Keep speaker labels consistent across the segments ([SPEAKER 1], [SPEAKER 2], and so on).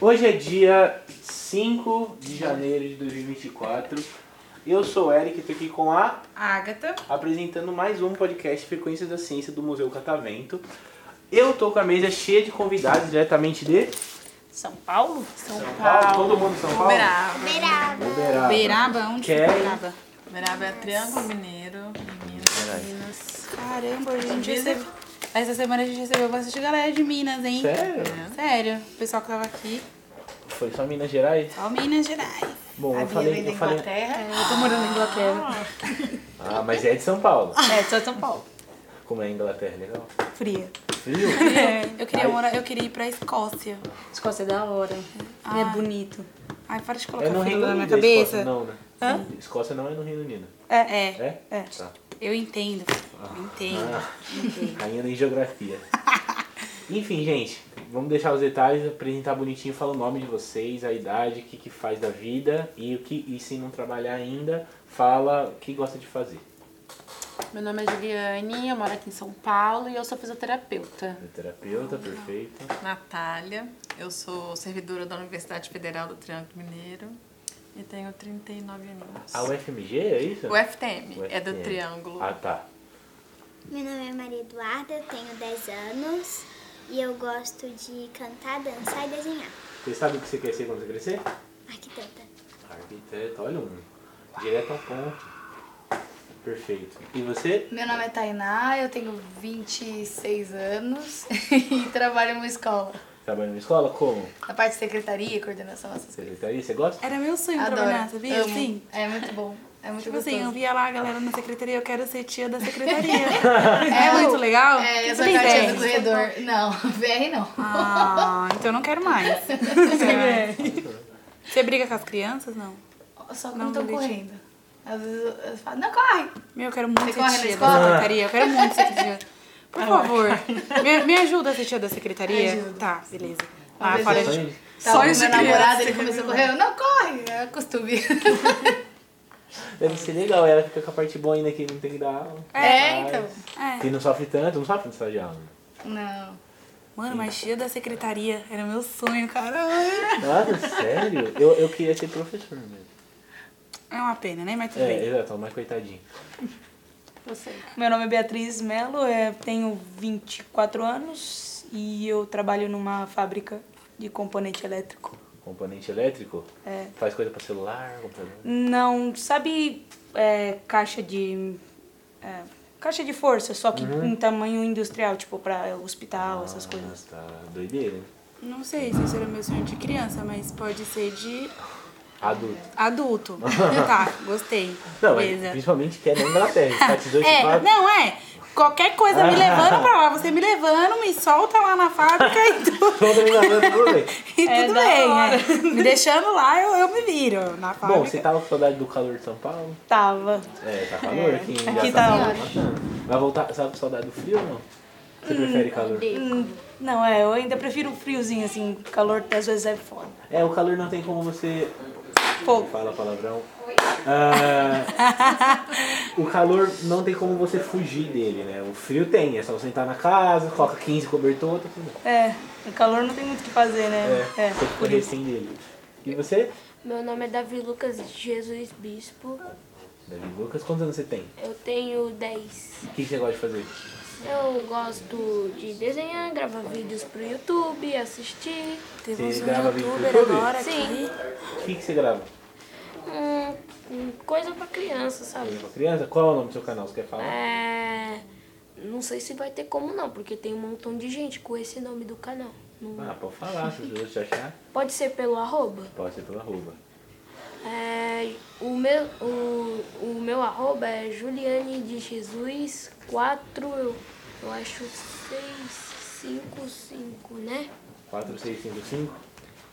[SPEAKER 1] Hoje é dia 5 de janeiro de 2024. Eu sou o Eric, estou aqui com a
[SPEAKER 2] Agatha.
[SPEAKER 1] apresentando mais um podcast Frequências da Ciência do Museu Catavento. Eu tô com a mesa cheia de convidados diretamente de
[SPEAKER 2] São Paulo? São,
[SPEAKER 1] Todo mundo de São Paulo?
[SPEAKER 2] Uberaba.
[SPEAKER 1] Uberaba.
[SPEAKER 2] Uberaba, onde
[SPEAKER 1] Quer?
[SPEAKER 2] fica Uberaba?
[SPEAKER 3] Uberaba é Triângulo Mineiro, Minas, Minas.
[SPEAKER 2] Caramba, a gente
[SPEAKER 3] Dizem-
[SPEAKER 2] recebeu... Essa semana a gente recebeu bastante galera de Minas, hein?
[SPEAKER 1] Sério?
[SPEAKER 2] Sério, o pessoal que tava aqui,
[SPEAKER 1] Foi só Minas Gerais?
[SPEAKER 2] ó Minas Gerais.
[SPEAKER 1] Bom,
[SPEAKER 3] A minha
[SPEAKER 1] eu
[SPEAKER 3] vem
[SPEAKER 1] falei,
[SPEAKER 3] da
[SPEAKER 1] eu falei.
[SPEAKER 3] Inglaterra.
[SPEAKER 2] É, Eu tô morando na Inglaterra.
[SPEAKER 1] Ah, mas é de São Paulo.
[SPEAKER 2] É, sou de São Paulo.
[SPEAKER 1] Como é a Inglaterra, legal?
[SPEAKER 2] Fria.
[SPEAKER 1] Frio?
[SPEAKER 3] É.
[SPEAKER 2] Eu queria, morar, eu queria ir pra Escócia.
[SPEAKER 4] Escócia é da hora.
[SPEAKER 2] Ah.
[SPEAKER 4] É bonito.
[SPEAKER 2] Ai, para de
[SPEAKER 1] É
[SPEAKER 2] colocar
[SPEAKER 1] no
[SPEAKER 2] frio
[SPEAKER 1] Reino
[SPEAKER 2] na minha
[SPEAKER 1] Unido. é Escócia
[SPEAKER 2] cabeça.
[SPEAKER 1] não, né?
[SPEAKER 2] Hã?
[SPEAKER 1] Escócia não é no Reino Unido.
[SPEAKER 2] É, é,
[SPEAKER 1] É?
[SPEAKER 2] é.
[SPEAKER 1] Tá.
[SPEAKER 2] Eu entendo, eu entendo.
[SPEAKER 1] Ainda em geografia. Enfim, gente, vamos deixar os detalhes, apresentar bonitinho, falar o nome de vocês, a idade, o que, que faz da vida e o que e se não trabalhar ainda, fala o que gosta de fazer.
[SPEAKER 3] Meu nome é Juliane, eu moro aqui em São Paulo e eu sou fisioterapeuta.
[SPEAKER 1] É terapeuta, perfeito.
[SPEAKER 3] Natália, eu sou servidora da Universidade Federal do Triângulo Mineiro e tenho 39 anos.
[SPEAKER 1] A UFMG é isso?
[SPEAKER 3] O FTM, é do
[SPEAKER 1] UFM.
[SPEAKER 3] Triângulo.
[SPEAKER 1] Ah, tá.
[SPEAKER 5] Meu nome é Maria Eduarda, eu tenho 10 anos e eu gosto de cantar, dançar e desenhar.
[SPEAKER 1] Você sabe o que você quer ser quando você crescer?
[SPEAKER 5] Arquiteta.
[SPEAKER 1] Arquiteto, olha um. Direto ao ponto. Perfeito. E você?
[SPEAKER 6] Meu nome é Tainá, eu tenho 26 anos e trabalho em uma escola.
[SPEAKER 1] Trabalha na escola como?
[SPEAKER 6] Na parte de secretaria, coordenação, essas coisas.
[SPEAKER 1] Secretaria, você gosta?
[SPEAKER 2] Era meu sonho
[SPEAKER 6] Adoro.
[SPEAKER 2] trabalhar, sabia?
[SPEAKER 6] Amo.
[SPEAKER 2] Sim.
[SPEAKER 6] É muito bom. É muito
[SPEAKER 2] Tipo assim, eu
[SPEAKER 6] gostoso.
[SPEAKER 2] via lá a galera na secretaria, eu quero ser tia da secretaria. é muito legal?
[SPEAKER 6] É,
[SPEAKER 2] Você
[SPEAKER 6] eu sou a
[SPEAKER 2] tem
[SPEAKER 6] Katia do
[SPEAKER 2] VR?
[SPEAKER 6] corredor. Não, VR não.
[SPEAKER 2] Ah, então eu não quero mais.
[SPEAKER 3] é.
[SPEAKER 2] Você briga com as crianças? Não.
[SPEAKER 6] Só
[SPEAKER 2] Não,
[SPEAKER 6] quando tô
[SPEAKER 2] Lid.
[SPEAKER 6] correndo. Às vezes eu, eu falo, não, corre!
[SPEAKER 2] Meu, eu quero muito
[SPEAKER 6] Você
[SPEAKER 2] ser
[SPEAKER 6] corre na
[SPEAKER 2] tia da
[SPEAKER 6] escola?
[SPEAKER 2] secretaria. Eu quero muito ser tia. Por favor, me, me ajuda a ser tia da secretaria?
[SPEAKER 6] Ajuda.
[SPEAKER 2] Tá, beleza.
[SPEAKER 6] Uma
[SPEAKER 2] Lá
[SPEAKER 6] vez
[SPEAKER 2] fora
[SPEAKER 6] eu-
[SPEAKER 2] de...
[SPEAKER 1] Sonho?
[SPEAKER 6] Tava com
[SPEAKER 2] Sonhos
[SPEAKER 6] Tá, meu
[SPEAKER 2] de criança.
[SPEAKER 6] namorado, ele começou a correr, eu, não, corre! É costume.
[SPEAKER 1] Deve ser legal, ela fica com a parte boa ainda que não tem que dar aula.
[SPEAKER 6] É, então.
[SPEAKER 2] É.
[SPEAKER 1] Que não sofre tanto, não sofre tanto só de aula.
[SPEAKER 6] Não.
[SPEAKER 2] Mano, mas tia da secretaria era meu sonho, cara.
[SPEAKER 1] Nossa, sério? Eu, eu queria ser professor mesmo.
[SPEAKER 2] É uma pena, né? Mas tudo
[SPEAKER 1] É,
[SPEAKER 2] bem.
[SPEAKER 1] exato, mas coitadinho.
[SPEAKER 3] Você.
[SPEAKER 7] Meu nome é Beatriz Melo, é, tenho 24 anos e eu trabalho numa fábrica de componente elétrico.
[SPEAKER 1] Componente elétrico?
[SPEAKER 7] É.
[SPEAKER 1] Faz coisa pra celular, computador.
[SPEAKER 7] Não, sabe é, caixa de. é, caixa de força, só que
[SPEAKER 1] Uhum.
[SPEAKER 7] em tamanho industrial, tipo pra hospital, essas coisas.
[SPEAKER 1] Nossa, tá doideira. hein?
[SPEAKER 2] Não sei se isso era meu sonho de criança, mas pode ser de
[SPEAKER 1] Adulto.
[SPEAKER 2] Adulto. tá, gostei.
[SPEAKER 1] Não, mas
[SPEAKER 2] Beleza.
[SPEAKER 1] principalmente que é na Inglaterra. Tá te dois
[SPEAKER 2] É,
[SPEAKER 1] quatro.
[SPEAKER 2] não é. Qualquer coisa me levando pra lá, você me levando, me solta lá na fábrica e, tu-
[SPEAKER 1] Todo mundo na tudo bem.
[SPEAKER 2] e
[SPEAKER 7] É,
[SPEAKER 2] tudo
[SPEAKER 7] da
[SPEAKER 2] bem.
[SPEAKER 7] hora.
[SPEAKER 2] é. Me deixando lá, eu, eu me viro na fábrica.
[SPEAKER 1] Bom, você tava com saudade do calor de São Paulo?
[SPEAKER 7] Tava.
[SPEAKER 1] É, tá calor aqui. em
[SPEAKER 7] Aqui
[SPEAKER 1] Jaçanã,
[SPEAKER 7] tá
[SPEAKER 1] bastante. Vai voltar, sabe com saudade do frio ou não? Você prefere calor?
[SPEAKER 7] Hum, Não, é, eu ainda prefiro um friozinho, assim, calor às vezes é foda.
[SPEAKER 1] É, o calor não tem como você.
[SPEAKER 7] Pô.
[SPEAKER 1] Fala palavrão. Ah, o calor não tem como você fugir dele, né? O frio tem, é só você entrar na casa, coloca 15 cobertor, tá tudo bem.
[SPEAKER 7] É, o calor não tem muito o que fazer, né?
[SPEAKER 1] É, você fica
[SPEAKER 7] por isso.
[SPEAKER 1] refém dele. E você?
[SPEAKER 8] Meu nome é Davi Lucas Jesus Bispo.
[SPEAKER 1] Davi Lucas, quantos anos você tem?
[SPEAKER 8] Eu tenho 10.
[SPEAKER 1] O que você gosta de fazer?
[SPEAKER 8] Eu gosto de desenhar, gravar vídeos pro YouTube, assistir.
[SPEAKER 2] Teve
[SPEAKER 1] Você
[SPEAKER 2] um zoom
[SPEAKER 1] grava vídeo pro
[SPEAKER 2] youtuber
[SPEAKER 1] YouTube?
[SPEAKER 2] agora
[SPEAKER 8] Sim.
[SPEAKER 2] aqui.
[SPEAKER 1] O que, que você grava?
[SPEAKER 8] Hum, hum, coisa pra criança, sabe?
[SPEAKER 1] Pra criança? Qual é o nome do seu canal? Você quer falar?
[SPEAKER 8] É. Não sei se vai ter como não, porque tem um montão de gente com esse nome do canal. Não-
[SPEAKER 1] Ah, pode falar, se você achar.
[SPEAKER 8] Pode ser pelo arroba.
[SPEAKER 1] Pode ser pelo arroba.
[SPEAKER 8] É, o, meu, o, o meu arroba é Juliane de Jesus 4, eu, eu acho 655, né?
[SPEAKER 1] 4655?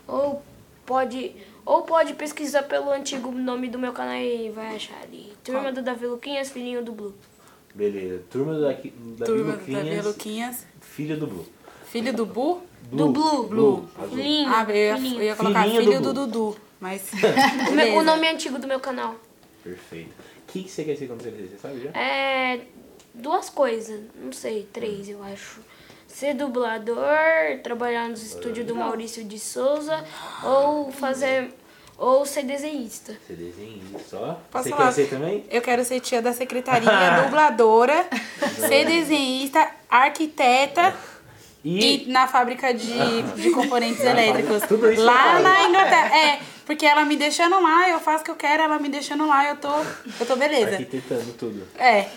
[SPEAKER 8] Ou pode, ou pode pesquisar pelo antigo nome do meu canal e vai achar ali. Turma do Davi Luquinhas, filhinho do Blue.
[SPEAKER 1] Beleza. Turma do Daqui- Davi
[SPEAKER 2] Turma do Davi
[SPEAKER 1] Luquinhas,
[SPEAKER 2] Luquinhas.
[SPEAKER 1] filho do Blue.
[SPEAKER 2] Filho do Bu?
[SPEAKER 1] Blue.
[SPEAKER 2] Blue.
[SPEAKER 1] Azul.
[SPEAKER 8] Filhinho,
[SPEAKER 2] Ah, eu ia, eu
[SPEAKER 8] filhinho.
[SPEAKER 2] ia colocar
[SPEAKER 1] Filhinho
[SPEAKER 2] filho,
[SPEAKER 1] do
[SPEAKER 2] do,
[SPEAKER 1] Bu.
[SPEAKER 2] Dudu. Mas
[SPEAKER 8] O, meu- o nome antigo do meu canal.
[SPEAKER 1] Perfeito. O que, que você quer ser quando você crescer? Você sabe já?
[SPEAKER 8] É. Duas coisas, não sei, três eu acho. Ser dublador, trabalhar nos estúdios do Maurício de Souza ou fazer. ou ser desenhista.
[SPEAKER 1] Ser desenhista só?
[SPEAKER 2] Posso
[SPEAKER 1] você
[SPEAKER 2] falar?
[SPEAKER 1] quer ser também?
[SPEAKER 2] eu quero ser tia da secretaria, dubladora, ser desenhista, arquiteta e na fábrica de, de componentes elétricos.
[SPEAKER 1] Tudo isso
[SPEAKER 2] lá
[SPEAKER 1] eu
[SPEAKER 2] na Inglaterra. É, porque ela me deixando lá, eu faço o que eu quero, ela me deixando lá, eu tô, eu tô beleza.
[SPEAKER 1] Arquitetando tudo.
[SPEAKER 2] É.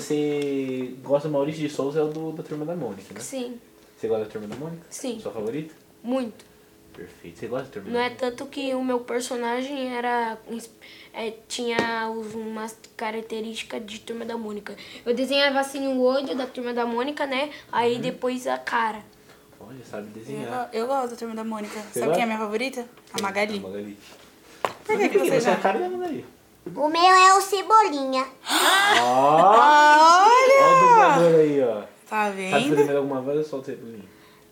[SPEAKER 1] Você gosta do Maurício de Souza, é o do, da Turma da Mônica, né?
[SPEAKER 8] Sim,
[SPEAKER 1] Você gosta da Turma da Mônica?
[SPEAKER 8] Sim.
[SPEAKER 1] Sua favorita?
[SPEAKER 8] muito.
[SPEAKER 1] Perfeito. Você gosta da Turma
[SPEAKER 8] Não
[SPEAKER 1] da
[SPEAKER 8] é
[SPEAKER 1] Mônica?
[SPEAKER 8] tanto que o meu personagem era ins- é, tinha os- umas características de Turma da Mônica. Eu desenhava assim o olho da Turma da Mônica, né? Aí depois a cara.
[SPEAKER 1] Olha, sabe
[SPEAKER 2] Eu,
[SPEAKER 1] desenhar.
[SPEAKER 2] go- eu gosto da turma da Mônica. Sabe
[SPEAKER 1] gosta?
[SPEAKER 2] quem é a minha favorita? é A Magali.
[SPEAKER 1] A Magali.
[SPEAKER 2] Por que, que você
[SPEAKER 1] Você é a
[SPEAKER 2] já?
[SPEAKER 1] cara da Magali.
[SPEAKER 5] O meu é o Cebolinha.
[SPEAKER 1] Ó,
[SPEAKER 2] Ah, Olha!
[SPEAKER 1] ó o dublador aí, ó.
[SPEAKER 2] Tá
[SPEAKER 1] Sabe
[SPEAKER 2] vendo?
[SPEAKER 1] fazer mais alguma voz? Solta aí pra mim.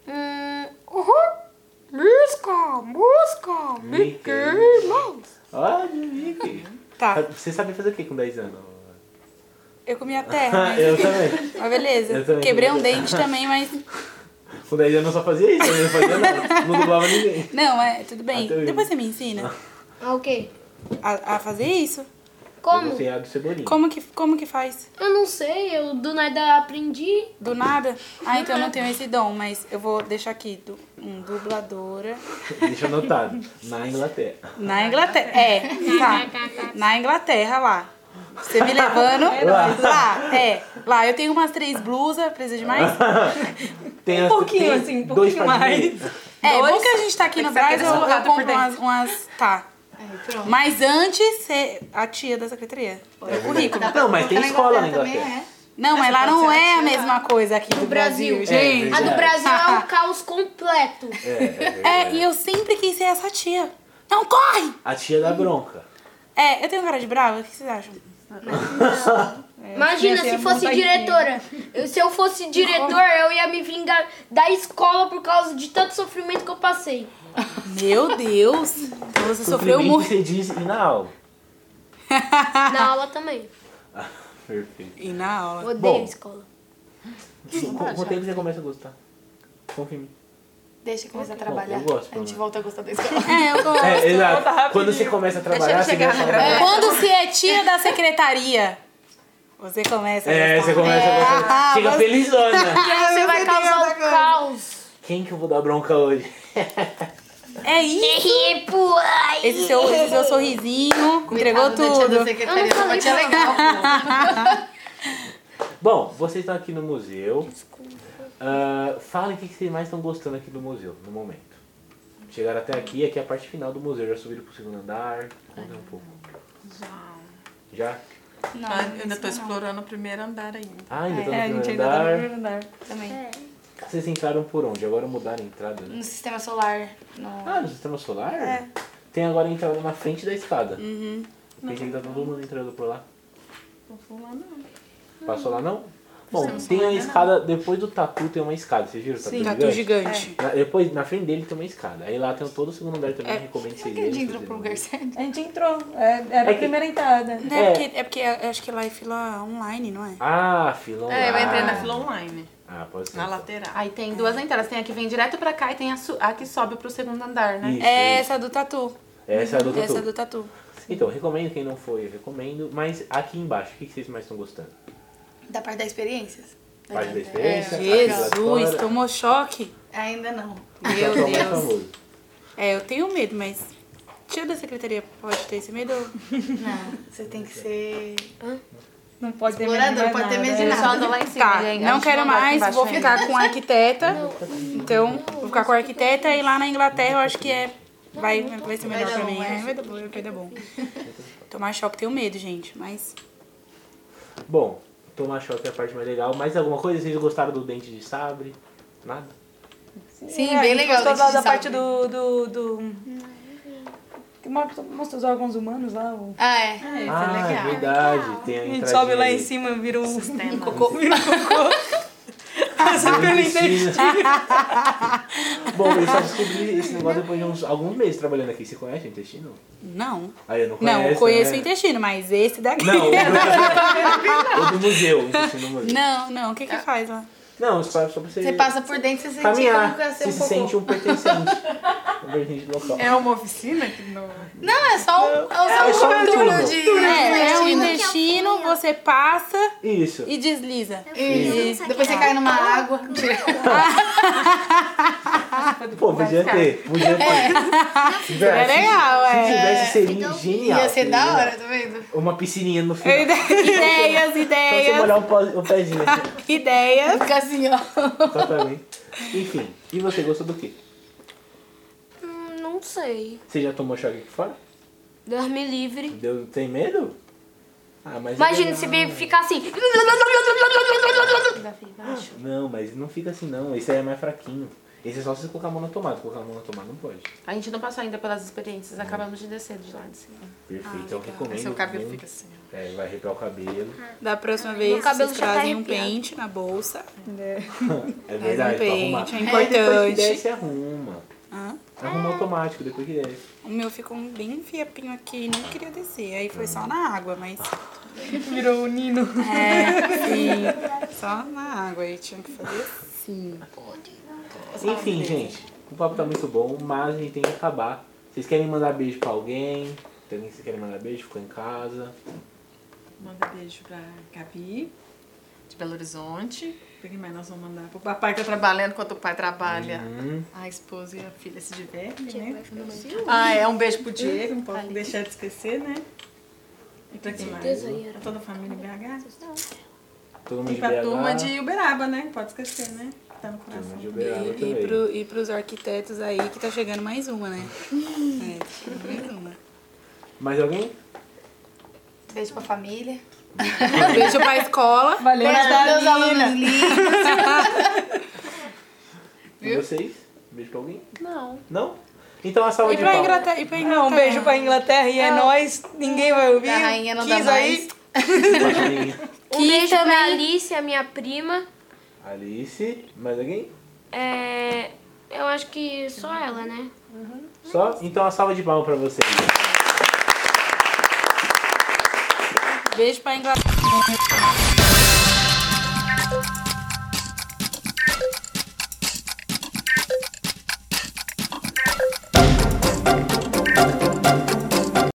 [SPEAKER 8] Hum, uhum. Música, música,
[SPEAKER 1] Mickey
[SPEAKER 8] Mouse.
[SPEAKER 1] Olha, Mickey.
[SPEAKER 7] Ah.
[SPEAKER 2] Tá.
[SPEAKER 1] Você sabe fazer o que com 10 anos?
[SPEAKER 2] Eu comi a terra,
[SPEAKER 1] Ah,
[SPEAKER 2] mas,
[SPEAKER 1] eu também.
[SPEAKER 2] mas beleza.
[SPEAKER 1] Eu também.
[SPEAKER 2] Quebrei um dente também, mas.
[SPEAKER 1] Com 10 anos eu só fazia isso, eu não fazia nada. Não dublava ninguém.
[SPEAKER 2] Não, é, tudo bem.
[SPEAKER 1] Até hoje.
[SPEAKER 2] Depois você me ensina
[SPEAKER 8] Ah, ok.
[SPEAKER 2] a, a fazer isso?
[SPEAKER 1] Eu
[SPEAKER 8] Como?
[SPEAKER 1] gostei a do Cebolinha.
[SPEAKER 2] Como que, como que faz?
[SPEAKER 8] Eu não sei, eu do nada aprendi.
[SPEAKER 2] Do nada? Ah, então eu não tenho esse dom, mas eu vou deixar aqui du- um dubladora
[SPEAKER 1] Deixa anotado. Na Inglaterra.
[SPEAKER 2] na Inglaterra. É, tá. Na Inglaterra lá. Você me levando lá. é. Lá, eu tenho umas três blusas, precisa de mais?
[SPEAKER 1] Tem
[SPEAKER 7] Um
[SPEAKER 1] as-
[SPEAKER 7] pouquinho,
[SPEAKER 1] tem
[SPEAKER 7] assim, um
[SPEAKER 1] dois
[SPEAKER 7] pouquinho
[SPEAKER 1] par de
[SPEAKER 7] mais.
[SPEAKER 1] meia.
[SPEAKER 2] É,
[SPEAKER 7] Dois.
[SPEAKER 2] bom que a gente tá aqui no
[SPEAKER 7] que sair
[SPEAKER 2] Brasil, eu,
[SPEAKER 7] aquele
[SPEAKER 2] eu
[SPEAKER 7] surrado por
[SPEAKER 2] compro umas, umas- Tá.
[SPEAKER 6] Aí, pronto.
[SPEAKER 2] Mas antes, ser a tia da secretaria. É o currículo.
[SPEAKER 1] Não, mas tem
[SPEAKER 6] Na
[SPEAKER 1] escola né, na
[SPEAKER 6] também,
[SPEAKER 1] Inglaterra.
[SPEAKER 6] é.
[SPEAKER 2] Não, mas lá não é a mesma coisa aqui do Brasil,
[SPEAKER 8] Brasil.
[SPEAKER 2] gente.
[SPEAKER 8] A do Brasil é um caos completo.
[SPEAKER 2] É, e eu sempre quis ser essa tia. Não, corre!
[SPEAKER 1] A tia da bronca.
[SPEAKER 2] É, eu tenho cara de brava, o que vocês acham?
[SPEAKER 8] Imagina se fosse diretora. Eu- se eu fosse diretor, eu ia me vingar da escola por causa de tanto sofrimento que eu passei.
[SPEAKER 2] Meu Deus! Você sofreu
[SPEAKER 1] Cumprimento
[SPEAKER 2] muito.
[SPEAKER 1] Você diz e na aula.
[SPEAKER 8] Na aula também.
[SPEAKER 1] Ah, perfeito.
[SPEAKER 2] E na aula.
[SPEAKER 8] Odeio
[SPEAKER 1] Bom.
[SPEAKER 8] a escola.
[SPEAKER 1] Com com o tempo você começa a gostar. Confia em mim.
[SPEAKER 6] Deixa eu começar a
[SPEAKER 1] é
[SPEAKER 6] trabalhar.
[SPEAKER 1] eu gosto,
[SPEAKER 6] a gente
[SPEAKER 1] pelo
[SPEAKER 6] volta a gostar da escola.
[SPEAKER 2] É, eu gosto.
[SPEAKER 1] É, exato. Quando você começa a trabalhar, você um
[SPEAKER 7] chegar
[SPEAKER 1] começa a
[SPEAKER 7] na
[SPEAKER 1] trabalhar.
[SPEAKER 2] Quando você é tia da secretaria, você começa a
[SPEAKER 1] É,
[SPEAKER 2] gostar.
[SPEAKER 1] você começa a gostar.
[SPEAKER 7] Ah,
[SPEAKER 1] Chega felizona.
[SPEAKER 6] Ah,
[SPEAKER 8] Você vai causar um caos.
[SPEAKER 1] Quem que eu vou dar bronca hoje?
[SPEAKER 2] É isso!
[SPEAKER 8] Tipo, ai.
[SPEAKER 2] Esse seu, esse seu sorrisinho, entregou tudo.
[SPEAKER 6] Eu não falei pra legal.
[SPEAKER 1] Bom, vocês estão aqui no museu. Ah, falem o que que vocês mais estão gostando aqui do museu, no momento. Chegaram até aqui, aqui é a parte final do museu. Já subiram pro segundo andar. Conta um pouco. Já. Já?
[SPEAKER 3] Não, Ah, eu ainda tô explorando o primeiro andar ainda.
[SPEAKER 1] Ah, ainda
[SPEAKER 7] É, a
[SPEAKER 1] estão no
[SPEAKER 7] gente
[SPEAKER 1] primeiro
[SPEAKER 7] ainda tá no
[SPEAKER 1] andar.
[SPEAKER 7] primeiro andar também.
[SPEAKER 1] Vocês entraram por onde? Agora mudaram a entrada, né?
[SPEAKER 6] No sistema solar. No...
[SPEAKER 1] Ah, no sistema solar?
[SPEAKER 2] É.
[SPEAKER 1] Tem agora a entrada na frente da escada. Uhum. Pensei que tá todo mundo entrando por lá.
[SPEAKER 3] Não vou lá, não.
[SPEAKER 1] Passou lá não? Bom,
[SPEAKER 3] tá
[SPEAKER 1] tem a escada, depois do tatu tem uma escada, vocês viram o tatu
[SPEAKER 2] Sim,
[SPEAKER 1] gigante?
[SPEAKER 2] tatu gigante.
[SPEAKER 1] Na- depois, na frente dele tem uma escada. Aí lá tem todo o segundo andar também,
[SPEAKER 2] É.
[SPEAKER 1] recomendo vocês
[SPEAKER 6] Por que a gente
[SPEAKER 1] irem,
[SPEAKER 6] entrou
[SPEAKER 1] vocês
[SPEAKER 6] pro
[SPEAKER 2] um
[SPEAKER 1] irem.
[SPEAKER 6] lugar certo?
[SPEAKER 7] A gente entrou. É, era
[SPEAKER 1] É
[SPEAKER 7] a
[SPEAKER 1] que-
[SPEAKER 7] primeira entrada.
[SPEAKER 2] Não,
[SPEAKER 1] É.
[SPEAKER 2] É, porque, é porque eu acho que lá é fila online, não é?
[SPEAKER 1] Ah, fila
[SPEAKER 3] É, eu entrei na
[SPEAKER 1] online.
[SPEAKER 3] fila online,
[SPEAKER 1] Ah, pode ser.
[SPEAKER 3] na lateral. É.
[SPEAKER 9] Aí tem duas entradas, tem a que vem direto pra cá e tem a, su- a que sobe pro segundo andar, né?
[SPEAKER 1] Isso,
[SPEAKER 2] É
[SPEAKER 1] isso.
[SPEAKER 2] essa do tatu.
[SPEAKER 1] Essa é a do tatu.
[SPEAKER 2] Uhum. Essa do tatu.
[SPEAKER 1] Então, recomendo quem não foi, eu recomendo. Mas aqui embaixo, o que que vocês mais estão gostando?
[SPEAKER 6] Da parte da experiência?
[SPEAKER 1] Parte da experiência? a fila
[SPEAKER 2] É. Jesus,
[SPEAKER 1] fora?
[SPEAKER 2] tomou choque.
[SPEAKER 6] Ainda não.
[SPEAKER 1] Então,
[SPEAKER 2] Meu
[SPEAKER 1] qual é o mais
[SPEAKER 2] Deus.
[SPEAKER 1] famoso?
[SPEAKER 2] É, eu tenho medo, mas. Tia da secretaria pode ter esse medo?
[SPEAKER 6] Não. Ah, Você tem que ser.
[SPEAKER 7] Não pode ter medo de mais
[SPEAKER 6] Explorador, pode ter
[SPEAKER 7] nada.
[SPEAKER 3] né?
[SPEAKER 6] medo de
[SPEAKER 9] Eu só
[SPEAKER 6] é nada. né?
[SPEAKER 9] ando lá em cima,
[SPEAKER 2] Tá,
[SPEAKER 9] gente. A
[SPEAKER 2] não
[SPEAKER 9] gente
[SPEAKER 2] quero
[SPEAKER 9] vai aqui
[SPEAKER 2] mais,
[SPEAKER 9] embaixo
[SPEAKER 2] vou
[SPEAKER 9] ainda.
[SPEAKER 2] ficar com a arquiteta. Então, vou ficar com a arquiteta e lá na Inglaterra eu acho que é. Vai, vai ser melhor
[SPEAKER 6] dar
[SPEAKER 2] pra
[SPEAKER 6] bom,
[SPEAKER 2] mim.
[SPEAKER 6] é.
[SPEAKER 2] É, vai dar bom, vai dar bom. Tomar choque, tenho medo, gente, mas.
[SPEAKER 1] Bom, tomar choque é a parte mais legal. Mais alguma coisa? Vocês gostaram do dente de sabre? Nada?
[SPEAKER 6] Sim,
[SPEAKER 7] É, a
[SPEAKER 6] bem
[SPEAKER 7] gente
[SPEAKER 6] legal.
[SPEAKER 7] Gostou
[SPEAKER 6] dente
[SPEAKER 7] da,
[SPEAKER 6] de
[SPEAKER 7] da
[SPEAKER 6] sabre.
[SPEAKER 7] parte
[SPEAKER 2] né?
[SPEAKER 7] do. do, do... Que mostra mostra os órgãos humanos lá. o-
[SPEAKER 6] Ah, é.
[SPEAKER 1] ah, é verdade. Tem a
[SPEAKER 7] A gente
[SPEAKER 1] entradinha
[SPEAKER 7] sobe lá
[SPEAKER 1] aí.
[SPEAKER 7] em cima e vira um, um cocô. Vira um cocô. Essa que eu não entendi.
[SPEAKER 1] Piscina. Bom, eu só descobri esse negócio depois de uns alguns meses trabalhando aqui. Você conhece o intestino?
[SPEAKER 2] Não.
[SPEAKER 1] Aí eu não conheço.
[SPEAKER 2] Não, eu conheço o
[SPEAKER 1] né?
[SPEAKER 2] intestino, mas esse daqui.
[SPEAKER 1] Não, o do museu. O intestino do museu.
[SPEAKER 2] Não, não. O que
[SPEAKER 1] É.
[SPEAKER 2] que faz lá?
[SPEAKER 1] Não, só, só pra você,
[SPEAKER 6] Você passa por dentro e você sente como
[SPEAKER 1] caminhar.
[SPEAKER 6] que é
[SPEAKER 1] Você
[SPEAKER 6] seu
[SPEAKER 1] se
[SPEAKER 6] cocô.
[SPEAKER 1] sente um pertencente. Um pertencente local.
[SPEAKER 3] É uma oficina que não.
[SPEAKER 6] Não, é só um, é
[SPEAKER 1] É um
[SPEAKER 6] só
[SPEAKER 1] só
[SPEAKER 6] um
[SPEAKER 1] um
[SPEAKER 6] túnel
[SPEAKER 1] túnel.
[SPEAKER 6] de...
[SPEAKER 2] É, é o
[SPEAKER 6] intestino.
[SPEAKER 2] intestino, você passa
[SPEAKER 1] Isso.
[SPEAKER 2] e desliza.
[SPEAKER 6] Isso. Depois você cai numa água.
[SPEAKER 1] Pô, podia ter. Podia ter.
[SPEAKER 2] É
[SPEAKER 1] Velho, se-
[SPEAKER 2] legal,
[SPEAKER 1] Se
[SPEAKER 2] é.
[SPEAKER 1] tivesse, seria genial.
[SPEAKER 6] Então, Ia ser da
[SPEAKER 1] seria
[SPEAKER 6] hora, tá vendo?
[SPEAKER 1] Uma piscininha no final.
[SPEAKER 2] Ideias,
[SPEAKER 1] Só então você
[SPEAKER 2] ideias,
[SPEAKER 1] molhar o pó- o pezinho assim.
[SPEAKER 2] ideias.
[SPEAKER 6] Fica assim, ó.
[SPEAKER 1] Exatamente. Enfim, e você gostou do quê?
[SPEAKER 8] Hum, não sei.
[SPEAKER 1] Você já tomou choque aqui fora?
[SPEAKER 8] Deus me livre.
[SPEAKER 1] Deu, tem medo? Ah, mas.
[SPEAKER 8] Imagina
[SPEAKER 1] não-
[SPEAKER 8] se bem ficar assim.
[SPEAKER 1] Não, mas não fica assim não. Esse aí é mais fraquinho. Esse é só você colocar a mão na tomada. Colocar a mão na tomada não pode.
[SPEAKER 9] A gente não passou ainda pelas experiências, acabamos de descer de lá de cima.
[SPEAKER 1] Perfeito. então eu recomendo.
[SPEAKER 3] Aí seu cabelo
[SPEAKER 1] viu?
[SPEAKER 3] fica assim.
[SPEAKER 1] É, vai arrepiar o cabelo.
[SPEAKER 2] Da próxima vez,
[SPEAKER 8] cabelo
[SPEAKER 2] vocês
[SPEAKER 8] já tá
[SPEAKER 2] trazem um
[SPEAKER 8] arrepiado.
[SPEAKER 2] pente na bolsa.
[SPEAKER 1] É verdade, pra
[SPEAKER 2] pente,
[SPEAKER 1] arrumar.
[SPEAKER 2] é
[SPEAKER 1] Aí depois
[SPEAKER 2] importante.
[SPEAKER 1] que der, você arruma.
[SPEAKER 2] Hã?
[SPEAKER 1] Arruma automático depois que der.
[SPEAKER 2] O meu ficou um bem fiapinho aqui, não queria descer. Aí foi só na água, mas.
[SPEAKER 7] um
[SPEAKER 2] É,
[SPEAKER 9] Virou o Nino.
[SPEAKER 2] Sim, só na água. Aí tinha que fazer assim.
[SPEAKER 1] Enfim, gente, o papo tá muito bom, mas a gente tem que acabar. Vocês querem mandar beijo pra alguém? Tem alguém que vocês querem mandar beijo? Ficou em casa.
[SPEAKER 3] Manda um beijo pra Gabi, de Belo Horizonte. Porque mais nós vamos mandar pro papai que tá trabalhando, enquanto o pai trabalha.
[SPEAKER 1] Hum,
[SPEAKER 3] A esposa e a filha se divertem, né? Ah, é um beijo pro Diego, não pode deixar de esquecer, né? E pra quem mais?
[SPEAKER 8] certeza, Yara.
[SPEAKER 3] Pra toda a família em BH.
[SPEAKER 1] todo mundo
[SPEAKER 3] E
[SPEAKER 1] de
[SPEAKER 3] pra turma
[SPEAKER 1] BH.
[SPEAKER 3] de Uberaba, né? Pode esquecer, né? Tá no
[SPEAKER 1] Turma
[SPEAKER 3] coração.
[SPEAKER 1] de Uberaba
[SPEAKER 2] E,
[SPEAKER 1] também.
[SPEAKER 2] pro, e pros arquitetos aí que tá chegando mais uma, né? É, tá chegando mais uma.
[SPEAKER 1] Mais alguém?
[SPEAKER 6] Beijo pra família.
[SPEAKER 2] Beijo pra escola.
[SPEAKER 6] Valeu, Beijo pra meus alunos lindos.
[SPEAKER 1] E vocês? Beijo pra alguém? Não. Não? Então a salva
[SPEAKER 2] E
[SPEAKER 1] de
[SPEAKER 2] pra
[SPEAKER 1] palmas.
[SPEAKER 2] Inglaterra. E pra Inglaterra.
[SPEAKER 7] Um beijo pra Inglaterra e é nóis. Ninguém vai ouvir.
[SPEAKER 6] Da rainha não dá
[SPEAKER 7] Quis aí.
[SPEAKER 6] mais.
[SPEAKER 1] Paixoninha.
[SPEAKER 8] Um beijo pra Alice, a minha prima.
[SPEAKER 1] Alice, mais alguém?
[SPEAKER 8] É, eu acho que só ela, né?
[SPEAKER 1] Só? Então a salva de palmas pra vocês.
[SPEAKER 2] Beijo pra Inglaterra.